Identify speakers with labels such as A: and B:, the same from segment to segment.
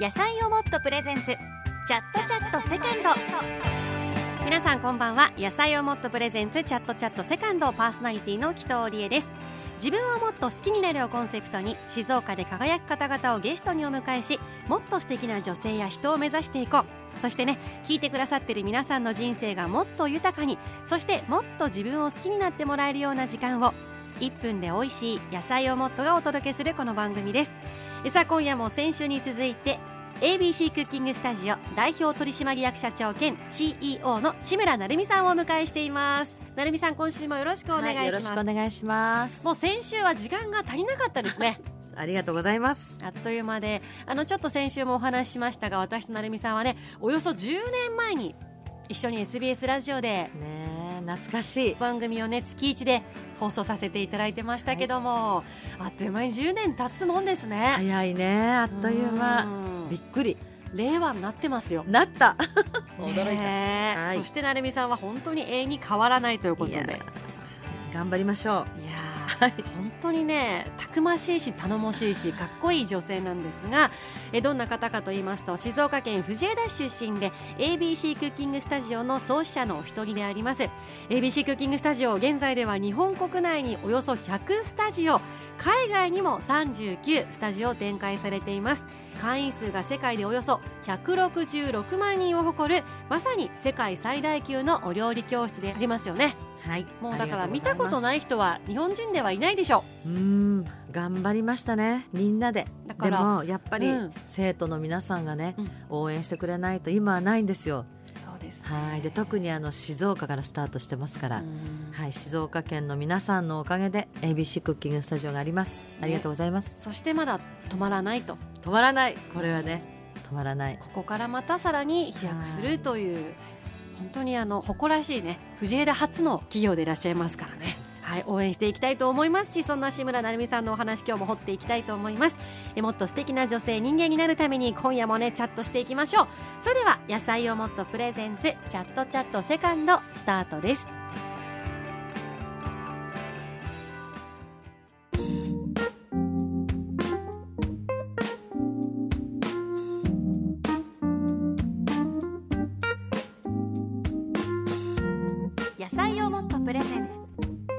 A: 野菜をもっとプレゼンツチャットチャットセカンド皆さんこんばんは野菜をもっとプレゼンツチャットチャットセカンドパーソナリティの紀藤理恵です自分をもっと好きになるをコンセプトに静岡で輝く方々をゲストにお迎えしもっと素敵な女性や人を目指していこうそしてね聞いてくださってる皆さんの人生がもっと豊かにそしてもっと自分を好きになってもらえるような時間を1分で美味しい野菜をもっとがお届けするこの番組ですさあ今夜も先週に続いて ABC クッキングスタジオ代表取締役社長兼 CEO の志村成美さんをお迎えしています成美さん今週もよろしくお願いします、
B: はい、よろしくお願いします
A: もう先週は時間が足りなかったですね
B: ありがとうございます
A: あっという間であのちょっと先週もお話ししましたが私と成美さんはねおよそ10年前に一緒に SBS ラジオで
B: ね懐かしい
A: 番組をね月1で放送させていただいてましたけども、はい、あっという間に10年経つもんですね
B: 早いねあっという間びっくり
A: 令和になってますよ
B: なった
A: 驚いた、はい、そして成美さんは本当に永遠に変わらないということで
B: 頑張りましょ
A: ういやはい、本当にねたくましいし頼もしいしかっこいい女性なんですがえどんな方かと言いますと静岡県藤枝市出身で ABC クッキングスタジオの創始者のお一人であります ABC クッキングスタジオ現在では日本国内におよそ100スタジオ海外にも39スタジオを展開されています会員数が世界でおよそ166万人を誇るまさに世界最大級のお料理教室でありますよね
B: はい、
A: もうだから見たことない人は日本人ではいないでしょ
B: う。うん頑張りましたねみんなでだからでもやっぱり、うん、生徒の皆さんがね、うん、応援してくれないと今はないんですよ。
A: そうです、
B: ね、はいで特にあの静岡からスタートしてますから、はい、静岡県の皆さんのおかげで ABC クッキングスタジオがあります、ね、ありがとうございます。
A: そしてまだ止まらないと
B: 止まらないこれはね止まらない
A: ここからまたさらに飛躍するという。本当にあの誇らしいね藤枝初の企業でいらっしゃいますからね。はい、応援していきたいと思いますしそんな志村成美さんのお話今日も掘っていきたいと思いますえもっと素敵な女性人間になるために今夜もねチャットしていきましょうそれでは「野菜をもっとプレゼンツチャットチャットセカンド」スタートです野菜をもっとプレゼンツ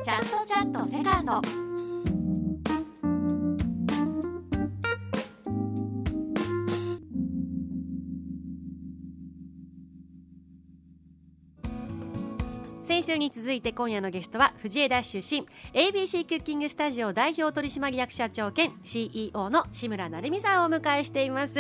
A: チャットチャットセカンド先週に続いて今夜のゲストは藤枝出身 ABC クッキングスタジオ代表取締役社長兼 CEO の志村成美さんをお迎えしています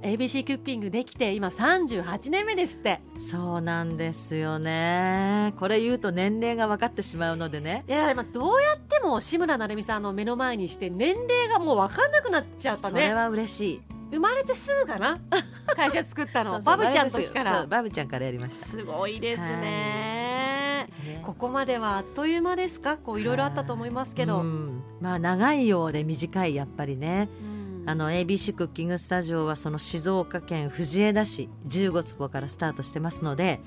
A: ABC クッキングできて今38年目ですって
B: そうなんですよねこれ言うと年齢が分かってしまうのでね
A: いや今どうやっても志村成美さんの目の前にして年齢がもう分かんなくなっちゃったね
B: それは嬉しい
A: 生まれてすぐか な会社作ったのバブちゃんの時から
B: バブちゃんからやりました、
A: すごいですね、ね、ここまではあっという間ですかこういろいろあったと思いますけど、うん
B: まあ長いようで短いやっぱりね、うんあの ABC クッキングスタジオはその静岡県藤枝市15坪からスタートしてますので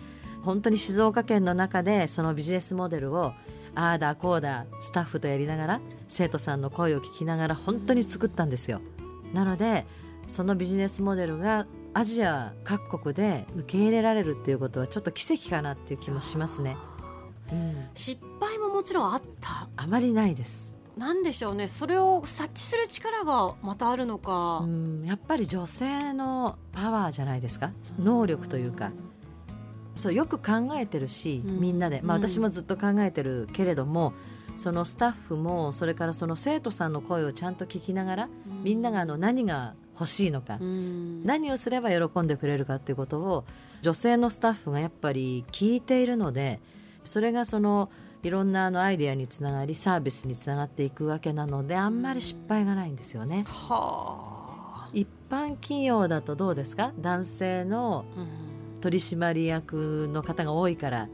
B: 本当に静岡県の中でそのビジネスモデルをああだこうだスタッフとやりながら生徒さんの声を聞きながら本当に作ったんですよ。なのでそのビジネスモデルがアジア各国で受け入れられるっていうことはちょっと奇跡かなっていう気もしますね。
A: うん、失敗ももちろんあった
B: あまりないです
A: 何でしょうねそれを察知する力がまたあるのか
B: やっぱり女性のパワーじゃないですか能力というかそうよく考えてるし、うん、みんなで、まあ、私もずっと考えてるけれども、うん、そのスタッフもそれからその生徒さんの声をちゃんと聞きながら、うん、みんながあの何が欲しいのか、何をすれば喜んでくれるかっていうことを女性のスタッフがやっぱり聞いているのでそれがそのいろんなあのアイデアにつながりサービスにつながっていくわけなのであんまり失敗がないんですよね。一般企業だとどうですか男性の取締役の方が多いから、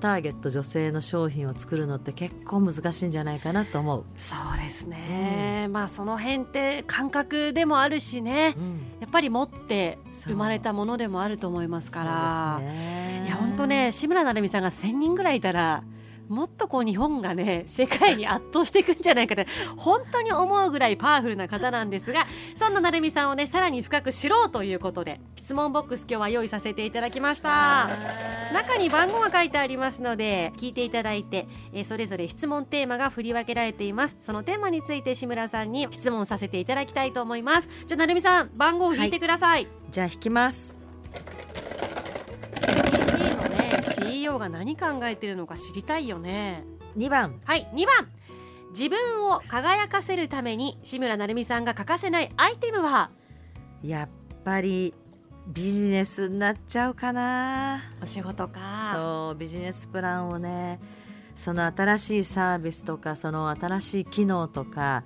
B: ターゲット女性の商品を作るのって結構難しいんじゃないかなと思う
A: そうですね、うん、まあその辺って感覚でもあるしね、うん、やっぱり持って生まれたものでもあると思いますから、ね、いや本当ね志村成美さんが1,000人ぐらいいたらもっとこう日本がね世界に圧倒していくんじゃないかって本当に思うぐらいパワフルな方なんですがそんな成美さんをねさらに深く知ろうということで質問ボックス今日は用意させていただきました中に番号が書いてありますので聞いていただいて、えーそれぞれ質問テーマが振り分けられていますそのテーマについて志村さんに質問させていただきたいと思いますじゃあ成美さん番号を引いてください、
B: じゃあ引きます。
A: PC のね CEO が何考えてるのか知りたいよね
B: 2番
A: はい2番自分を輝かせるために志村成美さんが欠かせないアイテムは
B: やっぱりビジネスになっちゃうかな。
A: お仕事か
B: そうビジネスプランをねその新しいサービスとかその新しい機能とか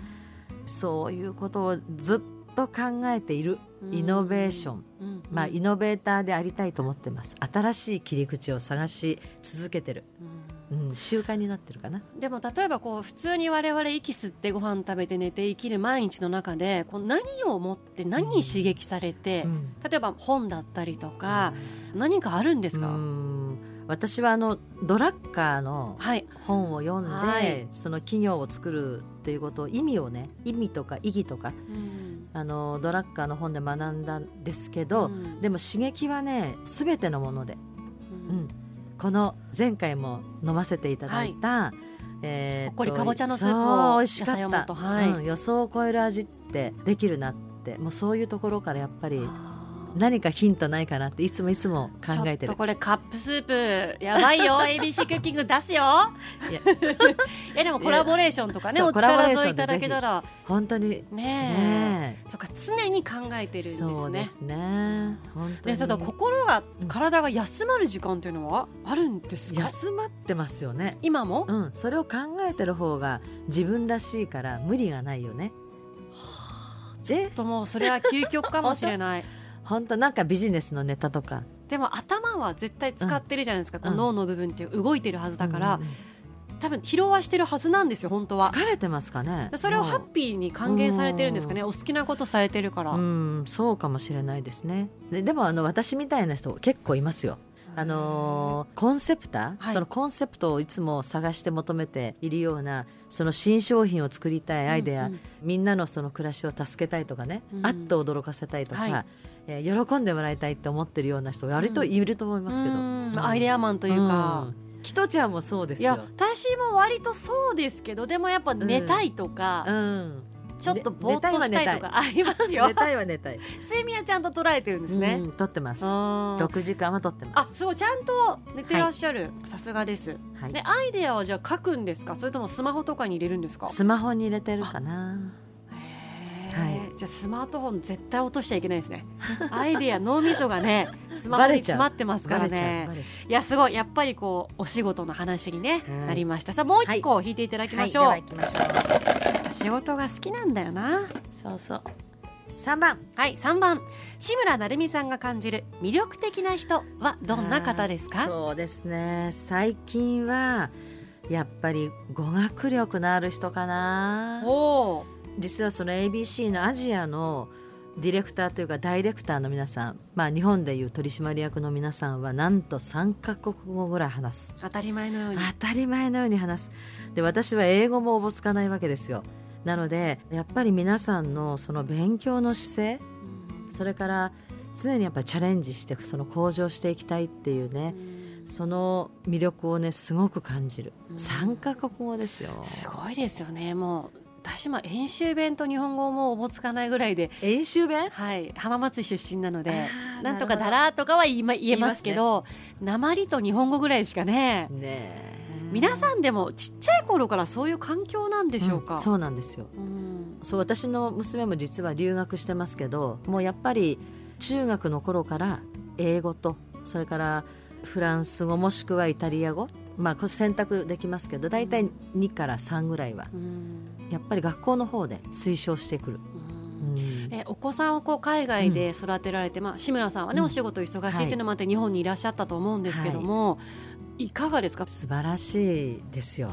B: そういうことをずっと考えている
A: うん
B: イノベーション、
A: う、ん
B: まあ、イノベーターでありたいと思ってます新しい切り口を探し続けてる、
A: う
B: うん、習慣になってるかなん
A: でも例えばこう普通に我々息吸ってご飯食べて寝て生きる毎日の中でこう何を持って何に刺激されて、
B: うん
A: 例えば本だったりとか何かあるんですか、
B: うん私はあのドラッカーの
A: はい
B: 本を読んで、
A: はい
B: その企業を作るっていうことを意味をね意味とか意義とかあのドラッカーの本で学んだんですけど、で
A: も、
B: も刺激はね全てのもので、
A: う
B: うんん、この前回も飲ませていただいた、えーと
A: ほっこりかぼちゃのスープを
B: そう美味しか
A: 野菜を
B: っ
A: も
B: た
A: っとはい
B: うん、予想を超える味ってできるなってもうそういうところからやっぱり
A: あー
B: 何かヒントないかなっていつもいつも考えて
A: ちょっと
B: る
A: これカップスープやばいよ ABC クッキング出すよい やでもコラボレーションとかね
B: そう
A: お力
B: コラボレーシ
A: 添え
B: ョン
A: い
B: で
A: た
B: ぜ
A: だ
B: ひ
A: けたら
B: 本当に
A: ねえ
B: ね
A: そっか常に考えて
B: え
A: るんです
B: そうで
A: ね
B: すね本当
A: で
B: に
A: そうだ心が
B: うん
A: 体が休まる時間っていうのはあるんですか
B: 休まってますよね
A: 今も
B: うん、それを考えてる方が自分らしいから無理がないよね。で
A: ともうそれは究極かもしれない
B: 本当なんかビジネスのネタとか
A: でも頭は絶対使ってるじゃないですか、
B: ん
A: この脳の部分って動いてるはずだから、
B: うんうん
A: 多分疲労はしてるはずなんですよ本当は
B: 疲れてますかね
A: それをハッピーに還元されてるんですかねお好きなことされてるから、
B: うんそうかもしれないですねででもあの私みたいな人結構いますよあのーコンセプター、
A: はい
B: そのコンセプトをいつも探して求めているようなその新商品を作りたいアイデア、
A: うんうん
B: みんなのその暮らしを助けたいとかね、
A: うん
B: あっと驚かせたいとか、
A: はい
B: えー喜んでもらいたいって思ってるような人割といると思いますけど、
A: うんアイデアマンというか、
B: うん、キトちゃんもそうです
A: いや
B: よ
A: 私も割とそうですけどでもやっぱ寝たいとか、
B: うん
A: ちょっとぼーっと
B: ね
A: したいとかありますよ
B: 寝たいは寝たいで
A: 睡眠はちゃんと捉えてるんですね、
B: 撮ってます
A: あー
B: 六時間は撮ってま
A: あ
B: す
A: すごいちゃんと寝てらっしゃる、さすがです
B: はい
A: でアイデアはじゃあ書くんですかそれともスマホとかに入れるんですか
B: スマホに入れてるかな
A: へ
B: は
A: ーじゃあスマートフォン絶対落としちゃいけないですねアイデア脳みそが ねスマホに詰まってますから
B: バレちゃう
A: ね
B: バレちゃ
A: いやすごいやっぱりこうお仕事の話に、ね
B: はい
A: なりましたさあもう一個引いていただき
B: う
A: ましょう、
B: はいでは行きましょう
A: 仕事が好きなんだよな
B: そうそう三番
A: はい3番志村成美さんが感じる魅力的な人はどんな方です
B: あー
A: か
B: そうですね最近はやっぱり語学力のある人かな
A: おお
B: 実はその ABC のアジアのディレクターというかダイレクターの皆さん、まあ、日本でいう取締役の皆さんはなんと3カ国語ぐらい話す
A: 当たり前のように
B: 当たり前のように話すで私は英語もおぼつかないわけですよなのでやっぱり皆さんのその勉強の姿勢それから常にやっぱりチャレンジしてその向上していきたいっていうねその魅力をねすごく感じる
A: うん
B: 3カ国語ですよ
A: すごいですよねもう私も演習弁と日本語もおぼつかないぐらいで、
B: 演習弁
A: はい、浜松市出身なので
B: あー
A: なんとかだ
B: なるほ
A: らーとかは言いま言えますけど鉛と日本語ぐらいしかね
B: ねえ
A: 皆さんでもちっちゃい頃からそういう環境なんでしょうか、
B: んそうなんですよ
A: うん
B: そう私の娘も実は留学してますけどもうやっぱり中学の頃から英語とそれからフランス語もしくはイタリア語まあこれ選択できますけど大体2から3ぐらいは
A: うん
B: やっぱり学校の方で推奨してくる、
A: うん
B: うん
A: えお子さんをこう海外で育てられて、まあ、志村さんはね、
B: うん
A: お仕事忙し
B: はい
A: いというのもあって日本にいらっしゃったと思うんですけども、い、かがですか
B: 素晴らしいですよ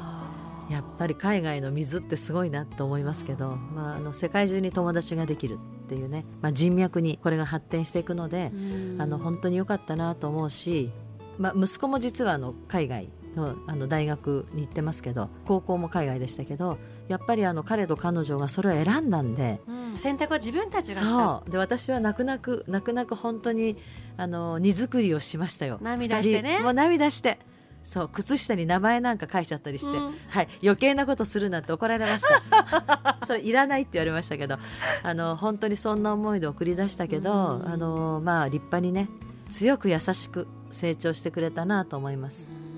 B: やっぱり海外の水ってすごいなと思いますけど、まあ、あの世界中に友達ができるっていうね、まあ、人脈にこれが発展していくので、
A: うん
B: あの本当に良かったなと思うし、まあ、息子も実はあの海外のあの大学に行ってますけど高校も海外でしたけどやっぱりあの彼と彼女がそれを選んだんで
A: うん選択は自分たちがした
B: そうで私は泣く泣く泣く泣く本当にあの荷造りをしましたよ
A: 涙してね
B: 二人もう涙してそう靴下に名前なんか書いちゃったりして、
A: うん
B: はい、余計なことするなんて怒られました それいらないって言われましたけどあの本当にそんな思いで送り出したけど、
A: うん
B: あのまあ、立派にね強く優しく成長してくれたなと思います。うん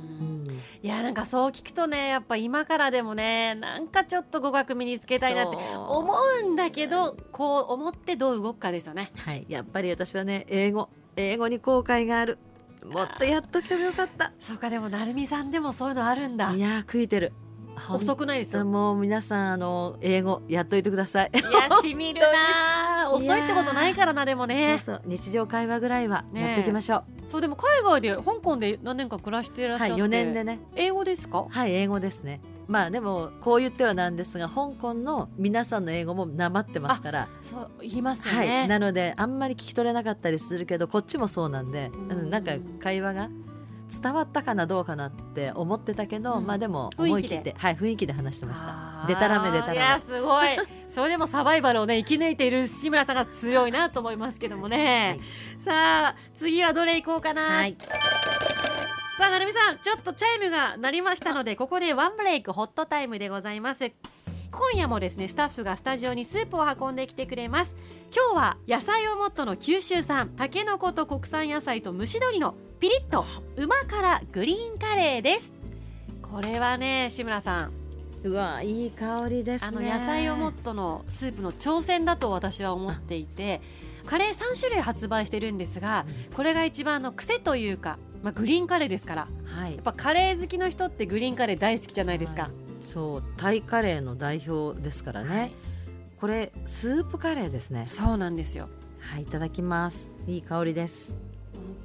A: いやなんかそう聞くとねやっぱ今からでもねなんかちょっと語学身につけたいなって
B: そう
A: 思うんだけどこう思ってどう動くかですよね。
B: はい、やっぱり私はね英語英語に後悔があるもっとやっとけばよかった
A: そうかでもなるみさんでもそういうのあるんだ
B: い。やー食いてる
A: 遅
B: く
A: くないですよ。
B: もう皆さんあの英語やっといてください、
A: いやしみるなー
B: 本当に
A: 遅いってことないからなでもねそ
B: そうそう日常会話ぐらいは
A: ねえ
B: やっていきましょう、
A: うでも海外で香港で何年か暮らしていらっしゃ
B: は
A: っ
B: い
A: て、
B: 4年でね
A: 英語ですか
B: はい英語ですねまあでもこう言ってはなんですが香港の皆さんの英語もなまってますから、
A: そう言いますよ
B: は
A: ね、
B: い、なのであんまり聞き取れなかったりするけどこっちもそうなんで、
A: うん
B: うんなんか会話が伝わったかなどうかなって思ってたけど、
A: うん
B: まあでも
A: 雰囲気で
B: 思い切ってはい、雰囲気で話してました
A: あー
B: でたらめでたらめ
A: いやすごい それでもサバイバルをね生き抜いている志村さんが強いなと思いますけどもね、さあ次はどれ行こうかな、
B: はい
A: さあなるみさんちょっとチャイムが鳴りましたのでここでワンブレイクホットタイムでございます今夜もですねスタッフがスタジオにスープを運んできてくれます今日は野菜をもっとの九州産たけのこと国産野菜と蒸し鶏のピリッと旨辛グリーンカレーですこれはね志村さん
B: うわいい香りです
A: あ
B: ね
A: の野菜をもっとのスープの挑戦だと私は思っていてカレー3種類発売してるんですがこれが一番の癖というか、まあ、グリーンカレーですから
B: はい
A: やっぱカレー好きの人ってグリーンカレー大好きじゃないですか、
B: そうタイカレーの代表ですからね、これスープカレーですね
A: そうなんですよ
B: はいいただきますいい香りです
A: 本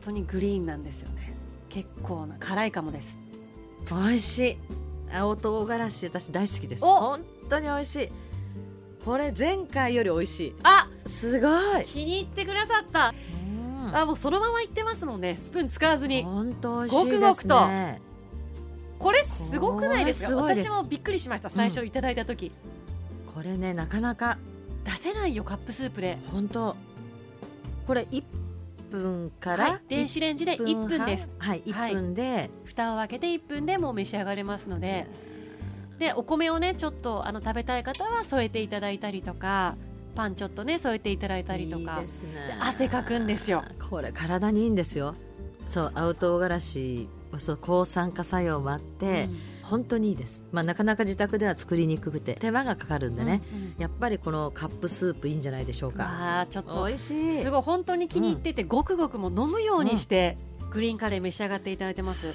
A: 当にグリーンなんですよね結構な辛いかもです
B: 美味しい青唐辛子私大好きです
A: お
B: 本当に美味しいこれ前回より美味し
A: あ
B: いすごい、
A: 気に入ってくださった
B: うん、
A: あもうそのままいってますもんねスプーン使わずに
B: 本当美味しいですね
A: ごくこれすごくないですか
B: これすごいです
A: 私もびっくりしました最初いただいた時、
B: これねなかなか
A: 出せないよカップスープで
B: 本当これ1分か
A: はい
B: ら、
A: 電子レンジで1
B: 1
A: 分
B: 半
A: です
B: はい
A: はい
B: 1分で、
A: 蓋を開けて1分でもう召し上がれますのででお米をねちょっとあの食べたい方は添えていただいたりとかパンちょっとね添えていただいたりとか
B: いいですね
A: 汗かくんですよ
B: これ体にいいんですよそう
A: そうそう
B: 青唐辛子そう抗酸化作用もあって、本当にいいです、まあ、なかなか自宅では作りにくくて手間がかかるん
A: うん
B: でね、
A: うんうん
B: やっぱりこのカップスープいいんじゃないでしょうか
A: あーちょっと
B: 美味しい
A: すごい本当に気に入ってて、ごくごくも飲むようにして、グリーンカレー召し上がっていただいてます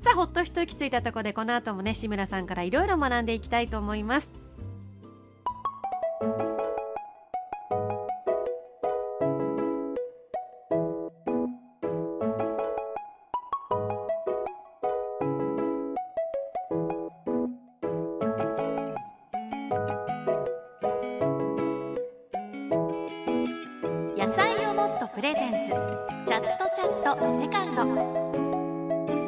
A: さあほっと一息ついたところでこの後もね志村さんからいろいろ学んでいきたいと思います野菜をもっとプレゼンツチャットチャットセカンド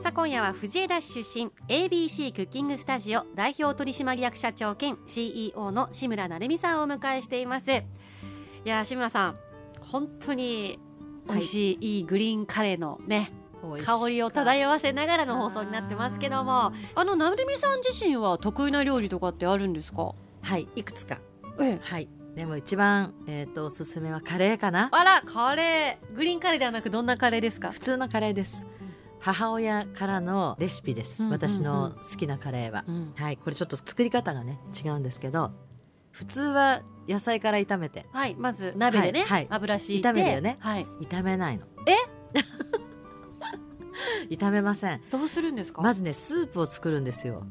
A: さあ今夜は藤枝市出身 ABC クッキングスタジオ代表取締役社長兼 CEO の志村成美さんをお迎えしていますいやー志村さん本当に美味しい、い、いグリーンカレーのね香りを漂わせながらの放送になってますけどもあのなるみさん自身は得意な料理とかってあるんですか
B: はいいくつか
A: ええ
B: はいでも一番、えー、とおすすめはカレーかな
A: あらカレーグリーンカレーではなくどんなカレーですか
B: 普通のカレーです母親からのレシピです、
A: うんうんうん
B: 私の好きなカレーは、
A: うん
B: はいこれちょっと作り方がね違うんですけど普通は野菜から炒めて
A: はいまず鍋でね、
B: はいはい
A: 油敷いて
B: 炒めるよね
A: はい
B: 炒めないのえ 炒めません
A: どうするんですか
B: まずねスープを作るんですよ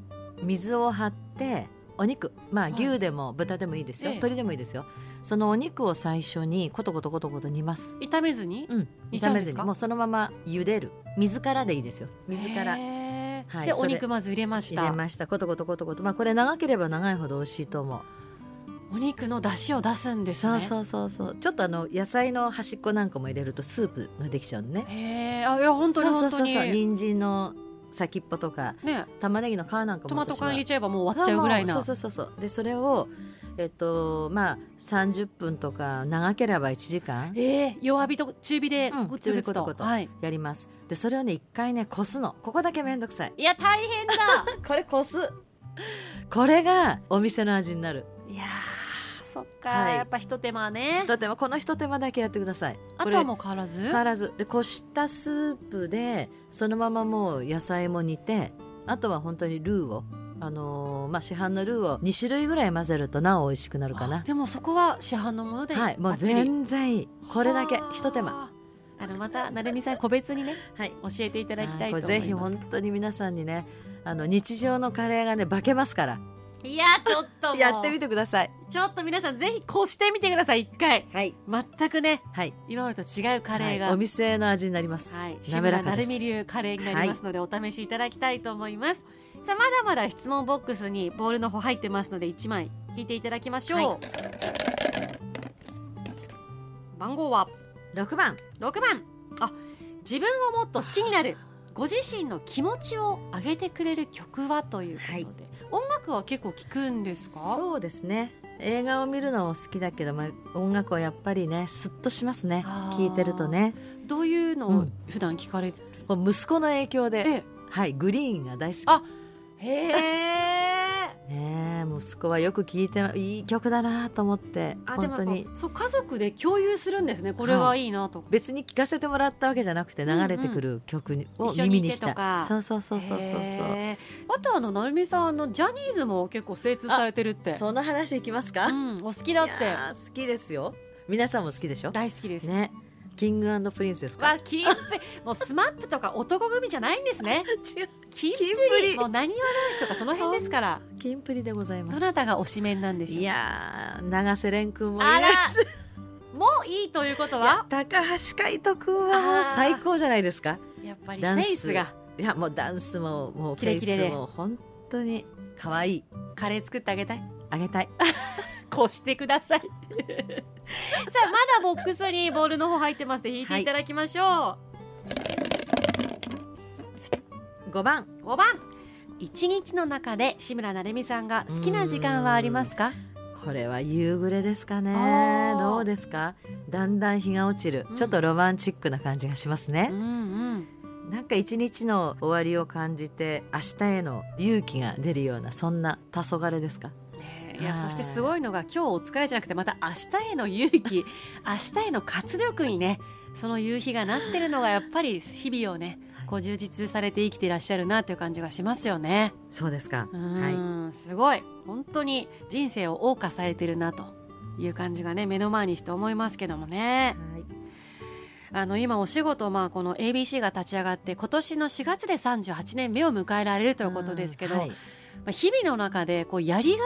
B: 水を張ってお肉まあ
A: はい
B: 牛でも豚でもいいですよ、
A: ええ
B: 鶏でもいいですよそのお肉を最初にコトコトコトコト煮ます
A: 炒めずに
B: うん
A: 煮ちゃ
B: 炒
A: うん
B: め
A: で
B: ず
A: す
B: に
A: か
B: もうそのまま茹でる水からでいいですよ水から
A: へー
B: はい
A: で
B: それ
A: お肉まず入れまし
B: 入
A: た
B: れましたコトコトコトコトまあこれ長ければ長いほど美味しいと思う
A: お肉の出汁を出すんです
B: そ
A: ね
B: うそうそうそうちょっとあの野菜の端っこなんかも入れるとスープができちゃうのね
A: へえあいや本当に
B: そう
A: 本
B: そ
A: 当
B: うそ
A: に
B: うそう人参の先っぽとか
A: ね
B: 玉ねぎの皮なんかも
A: トマト
B: 私は
A: 缶入れちゃえばもう終わっちゃうぐらいな
B: あもうそうそうそうそうでそれをえっとまあ30分とか長ければ1時間
A: ええ弱火と中火で
B: うん
A: グツグツと、
B: 中火コトコト
A: はい
B: やりますでそれをね一回ねこすのここだけめんどくさい
A: いや大変だ
B: これこすこれがお店の味になる
A: いやーそっか、
B: はい
A: やっぱ一手間ね
B: ひと手間このひと手間だけやってください
A: あ
B: ことれ
A: はもう変わらず
B: 変わらずでこしたスープでそのままもう野菜も煮てあとは本当にルーをあのーまあ市販のルーを2種類ぐらい混ぜるとなお美味しくなるか
A: あ
B: な
A: でもそこは市販のもので
B: はいもう
A: バッチリ
B: 全然いいこれだけ
A: はあ
B: ひと手間
A: あのまたなるみさん個別にね
B: はい
A: 教えていただきたいと思います
B: これぜひ本当に皆さんにねあの日常のカレーがね化けますから
A: いやちょっともう
B: やってみてください
A: ちょっと皆さんぜひこうしてみてください一回
B: はい
A: 全くね
B: はい
A: 今までと違うカレーが、
B: はいお店の味になります、
A: はい、志
B: 滑
A: 村
B: らか
A: な
B: で
A: る
B: す
A: み流カレーになりますので、お試しいただきたいと思いますさあまだまだ質問ボックスにボールの方入ってますので1枚引いていただきましょう、
B: は
A: 番号は
B: 6番
A: 6番あ自分をもっと好きになるご自身の気持ちを上げてくれる曲はということで、
B: はい
A: 音楽は結構聞くんですか
B: そうですね映画を見るのも好きだけど、まあ、音楽はやっぱりねスッとしますね
A: あー
B: 聴いてるとね
A: どういうのを普段聞かれて、
B: こう息子の影響で、
A: え
B: はい、グリーンが大好き
A: あへ え
B: ねえ息子はよく聴いていい曲だなと思って
A: あで
B: 本
A: も
B: 当
A: やっ
B: に
A: ぱそう家族で共有するんですねこれがいいなとか、
B: 別に聴かせてもらったわけじゃなくて流れてくる曲にを
A: 一緒に
B: 耳
A: いて
B: にした、
A: とか
B: そうそうそうそうそうそう
A: へーあとあのなるみさんあのジャニーズも結構精通されてるって
B: その話いきますか、
A: うん、お好きだっ
B: い
A: て
B: やー好きですよ皆さんも好きでしょ
A: 大好きです、
B: ねキングプリンセスか
A: わキンプリもうスマップとか男組じゃないんですね
B: 違う
A: キンプ
B: キンプ
A: リ
B: リ
A: もうなにわ男子とかその辺ですから
B: キンプリでございます
A: どなたが推しメンなんでしょう
B: いやー永瀬廉君もい
A: あ
B: い
A: ら
B: です
A: もういいということ は
B: 高橋海人君はも
A: あ
B: う
A: ー
B: 最高じゃないですか
A: やっぱりフ
B: ダ
A: ェ
B: ン
A: イ
B: ス
A: スが
B: いやもうダンスももうフ
A: キ
B: ェ
A: レ
B: イ
A: キレで
B: スも本当に可愛い
A: カレー作ってあげたい
B: あげたい
A: こしてくだ さいさあまだボックスにボールの方入ってますで引いていただきましょう、
B: 5番
A: 5番一日の中で志村なるみさんが好きな時間はありますか
B: これは夕暮れですかね
A: あー
B: どうですかだんだん日が落ちる、
A: うん
B: ちょっとロマンチックな感じがします
A: う
B: ね、
A: んうん
B: なんか一日の終わりを感じて明日への勇気が出るようなそんな黄昏ですか
A: ねえいや
B: はい
A: そしてすごいのが今日お疲れじゃなくてまた明日への勇気明日への活力にねその夕日がなってるのがやっぱり日々をね
B: はい
A: こう充実されて生きていらっしゃるなという感じがしますよね。
B: そうですか
A: う
B: はい
A: ん、すごい本当に人生を謳歌されてるなという感じがね目の前にして思いますけどもね。
B: はい
A: あの今お仕事、まあ、この ABC が立ち上がって今年の4月で38年目を迎えられるということですけど、
B: うんはい
A: まあ、日々の中でこうやりが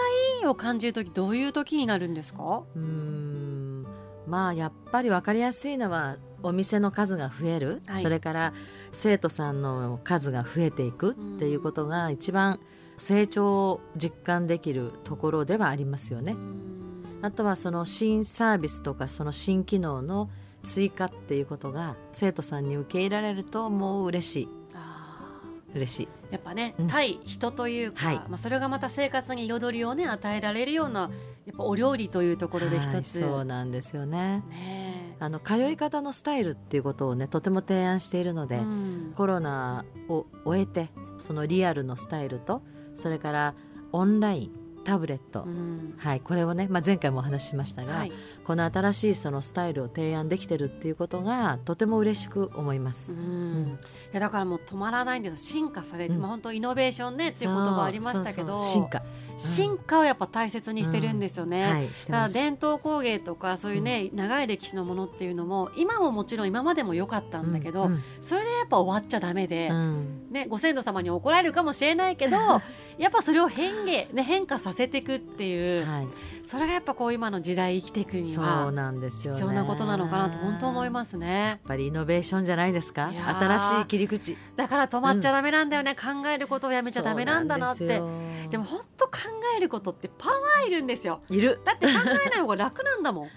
A: いを感じる時どういう時になるんですか
B: うーんまあやっぱり分かりやすいのはお店の数が増える、
A: はい
B: それから生徒さんの数が増えていくっていうことが一番成長を実感できるところではありますよね。あとはその新サービスとかその新機能の追加っていうことが生徒さんに受け入れられるともう嬉しい
A: あ
B: 嬉しい。
A: ーやっぱね、
B: うん
A: 対人というか、
B: はい
A: まあ、それがまた生活に彩りをね与えられるようなやっぱお料理というところで
B: は
A: 一
B: い
A: つ、
B: そうなんですよね。
A: ね
B: あの通い方のスタイルっていうことをねとても提案しているの
A: え
B: で、
A: うん
B: コロナを終えてそのリアルのスタイルとそれからオンラインタブレット、
A: うん
B: はい、これをね、まあ、前回もお話ししましたが、
A: はい
B: この新しいそのスタイルを提案できてるっていうことがとても嬉しく思いま
A: う
B: す。
A: ん、いやだからもう止まらないんですよ進化されて、
B: うん
A: まあ、本当イノベーションねっていう言葉ありましたけど
B: そうそうそう進化、
A: 進化をやっぱ大切にしてるんですよね。
B: はい、して
A: だから
B: ます。
A: 伝統工芸とかそういうね、長い歴史のものっていうのも今ももちろん今までも良かったんだけど、
B: うん
A: それでやっぱ終わっちゃダメで、
B: うん
A: ね、ご先祖様に怒られるかもしれないけどやっぱそれを変化,、ね、変化させていくっていう、
B: はい、
A: それがやっぱこう今の時代生きていくに
B: そう
A: は
B: なんですよ、ね。。
A: 必要なことなのかなと本当思いますすね
B: やっぱりイノベーションじゃないですか
A: いやー
B: 新しい切り口
A: だから止まっちゃダメなんだよね、考えることをやめちゃダメなんだなって
B: そう
A: で
B: で
A: も
B: も
A: 本当考えることってパワーいるんですよ
B: いる
A: だって考えない方が楽なんだもん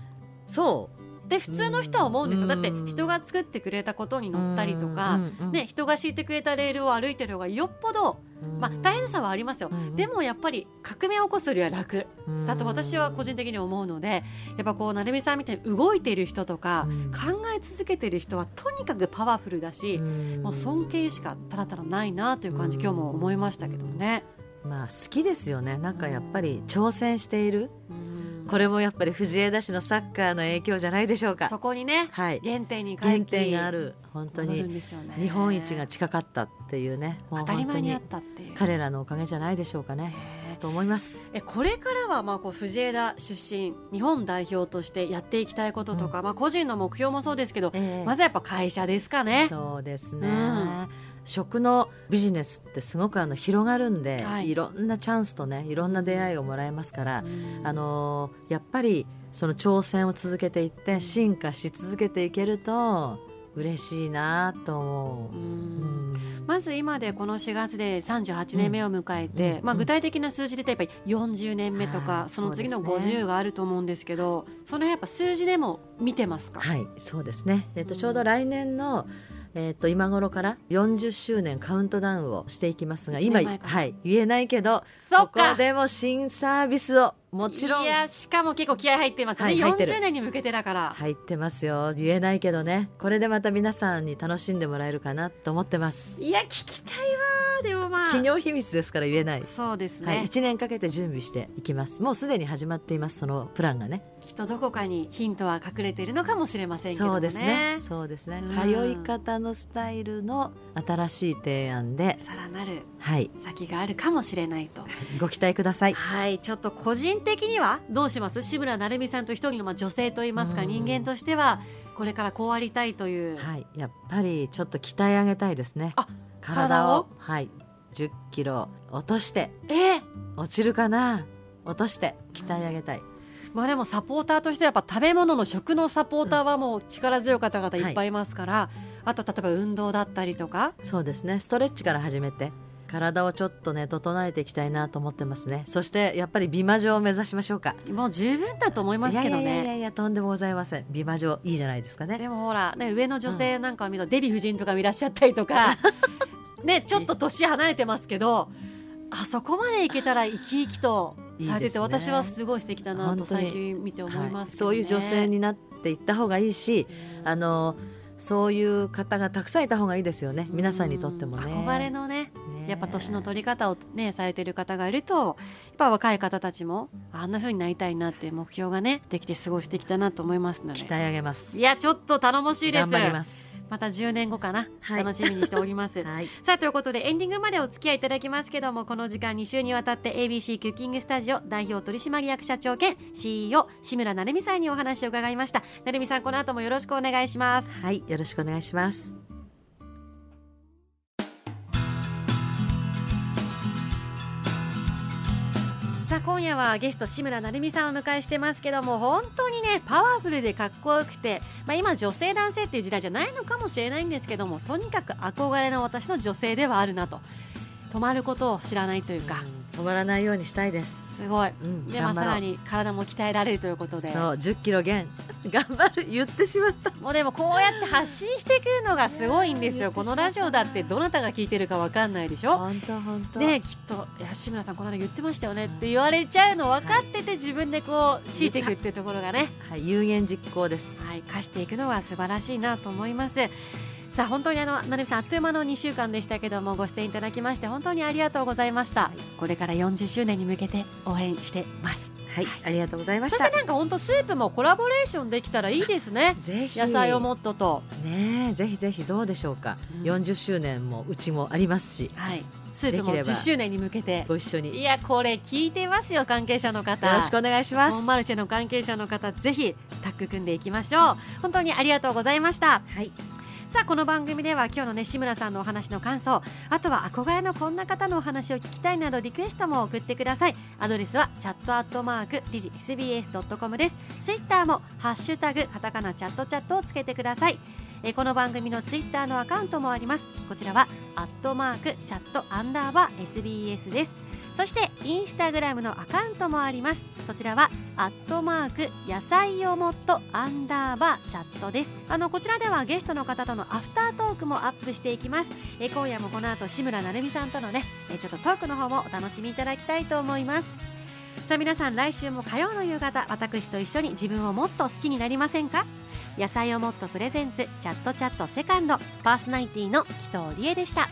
B: そ
A: で普通の人は思うんですよだって
B: うん
A: 人が作ってくれたことに
B: う
A: 乗ったりとか、、ね、人が敷いてくれたレールを歩いてる方がよっぽど、まあ、大変さはありますよでもやっぱり革命を起こすよりは楽だと私は個人的に思うのでやっぱこう成美さんみたいに動いている人とか
B: うん
A: 考え続けている人はとにかくパワフルだしもう尊敬しかたらたらないなという感じ今日も思いましたけどね。
B: まあ好きですよねなんかやっぱり挑戦している
A: うん
B: これもやっぱり藤枝市のサッカーの影響じゃないでしょうか
A: そこにね
B: はい
A: 原点に回
B: 原
A: 帰
B: 点がある本当
A: 戻るん
B: に
A: ですよね
B: 日本一が近かったっていうねもう
A: 当たり前にあっ
B: 本
A: たってい
B: 当
A: う。
B: に彼らのおかげじゃないでしょうかねと思います
A: えこれからはまあこう藤枝出身日本代表としてやっていきたいこととか、まあ、個人の目標もそうですけど、
B: ええ
A: まずはやっぱ会社ですかね。
B: そうですね、
A: うん
B: 食のビジネスってすごくあの広がるんで、
A: はい
B: い、ろんなチャンスとねいろんな出会いをもらえますから、
A: うん
B: あのーやっぱりその挑戦を続けていって進化し続けていけると嬉しいなと思
A: う
B: う。
A: ん
B: うん
A: まず今でこの4月で38年目を迎えて、
B: うん
A: まあ、
B: うん
A: 具体的な数字で言うとやっぱり40年目とか、
B: はい
A: その次の
B: そうですね
A: 50があると思うんですけどその辺やっぱ数字でも見てますか、
B: はいそうですね、えっとちょうど来年の、えっと今頃から40周年カウントダウンをしていきますが
A: 一
B: 今、
A: 年前から
B: はい、言えないけど
A: そっ
B: ここ
A: か
B: でも新サービスをもちろん
A: いやしかも結構気合入ってますね、
B: はい入ってる
A: 40年に向けてだから、
B: 入ってますよ言えないけどねこれでまた皆さんに楽しんでもらえるかなと思ってます
A: い、や聞きたいわでもまあ
B: 企業秘密ですから言えない、
A: そうです
B: は
A: ね、
B: い、1年かけて準備していきますもうすでに始まっていますそのプランがね
A: きっとどこかにヒントは隠れているのかもしれませんけどね
B: そうですねそうですね、
A: うん
B: 通い方のスタイルの新しい提案で
A: さらなる
B: はい
A: 先があるかもしれないと
B: ご期待ください
A: はい、ちょっと個人的にはどうします志村成美さんと一人のまあ女性といいますか、
B: うん
A: 人間としてはこれからこうありたいという、
B: はいやっぱりちょっと鍛え上げたいですね
A: あ体を
B: はい10キロ落として
A: ええ
B: 落ちるかな落として鍛え上げたい
A: まあでもサポーターとしてはやっぱ食べ物の食のサポーターはもう力強い方々いっぱいいますから、あと例えば運動だったりとか
B: そうですねストレッチから始めて体をちょっとね整えていきたいなと思ってますねそしてやっぱり美魔女を目指しましょうか
A: もう十分だと思いますけどね
B: いやいやいやいやとんでもございません美魔女いいじゃないですかね
A: でもほら、ね、上の女性なんかを見ると、デヴィ夫人とかもいらっしゃったりと か、ね、ちょっと年離れてますけどあそこまでいけたら生き生きとされ
B: いい
A: て
B: です
A: て
B: ね
A: 私はすごい素敵だなと
B: 本当に
A: 最近見て思いますけど
B: は
A: ね、
B: い、そういう女性になっていった方がいいしあのそういう方がたくさんいた方がいいですよね皆さんにとってもね
A: うん憧れのね
B: ね
A: やっぱ年の取り方をねされてる方がいるとやっぱ若い方たちもあんな風になりたいなっていう目標がねできて過ごしてきたなと思いますので
B: 鍛え上げます
A: いやちょっと頼もしいです
B: 頑張ります
A: また10年後かな、
B: はい
A: 楽しみにしております
B: はい
A: さあということでエンディングまでお付き合いいただきますけどもこの時間2週にわたって ABC クッキングスタジオ代表取締役社長兼 CEO 志村成美さんにお話を伺いました成美さんこの後もよろしくお願いします
B: はいよろしくお願いします
A: さあ今夜はゲスト志村成美さんをお迎えしてますけども本当にねパワフルでかっこよくて、まあ、今女性男性っていう時代じゃないのかもしれないんですけどもとにかく憧れの私の女性ではあるなと止まることを知らないというか
B: うん止まらないようにしたいです
A: すごい、
B: うん
A: で
B: 頑張ろう
A: まあさらに体も鍛えられるということ
B: そ
A: で
B: う10キロ減 頑張る言ってしまった
A: もうでもこうやって発信していくのがすごいんですよこのラジオだってどなたが聞いてるかわかんないでしょ
B: 本当本当
A: ねきっと「いや志村さんこの間言ってましたよね」って言われちゃうの分かってて自分でこう強いていくっていうところがね
B: はい、有言実行です。
A: はい、課していくのは素晴らしいなと思います。さあ本当にあの成美さんあっという間の2週間でしたけどもご出演いただきまして本当にありがとうございましたこれから40周年に向けて応援してます
B: はい、ありがとうございま
A: そし
B: し
A: て
B: た。
A: なんか本当スープもコラボレーションできたらいいですね
B: ぜひ
A: 野菜をもっとと、
B: ねえ、ぜひぜひどうでしょうか。
A: うん
B: 40周年もうちもありますし、
A: はい、スープも
B: できれば
A: 10周年に向けて
B: ご一緒に
A: い
B: よ
A: やこれ聞いてますよ関係者の方
B: ろしくお願いしま
A: モン
B: す。
A: マルシェの関係者の方ぜひタッグ組んでいきましょう本当にありがとうございました
B: はい、
A: さあこの番組では今日のね志村さんのお話の感想あとは憧れのこんな方のお話を聞きたいなどリクエストも送ってくださいアドレスはチャットアットマーク時事 SBS.com ですツイッターもハッシュタグカタカナチャットチャットをつけてくださいえーこの番組のツイッターのアカウントもありますこちらはアットマークチャットアンダーバー SBS ですそしてインスタグラムのアカウントもありますそちらはアットマーク野菜をもっとアンダーバーチャットですあのこちらではゲストの方とのアフタートークもアップしていきますえ今夜もこの後志村なるみさんとのねえちょっとトークの方もお楽しみいただきたいと思いますさあ皆さん来週も火曜の夕方私と一緒に自分をもっと好きになりませんか野菜をもっとプレゼンツチャットチャットセカンドパーソナリティの紀藤理恵でした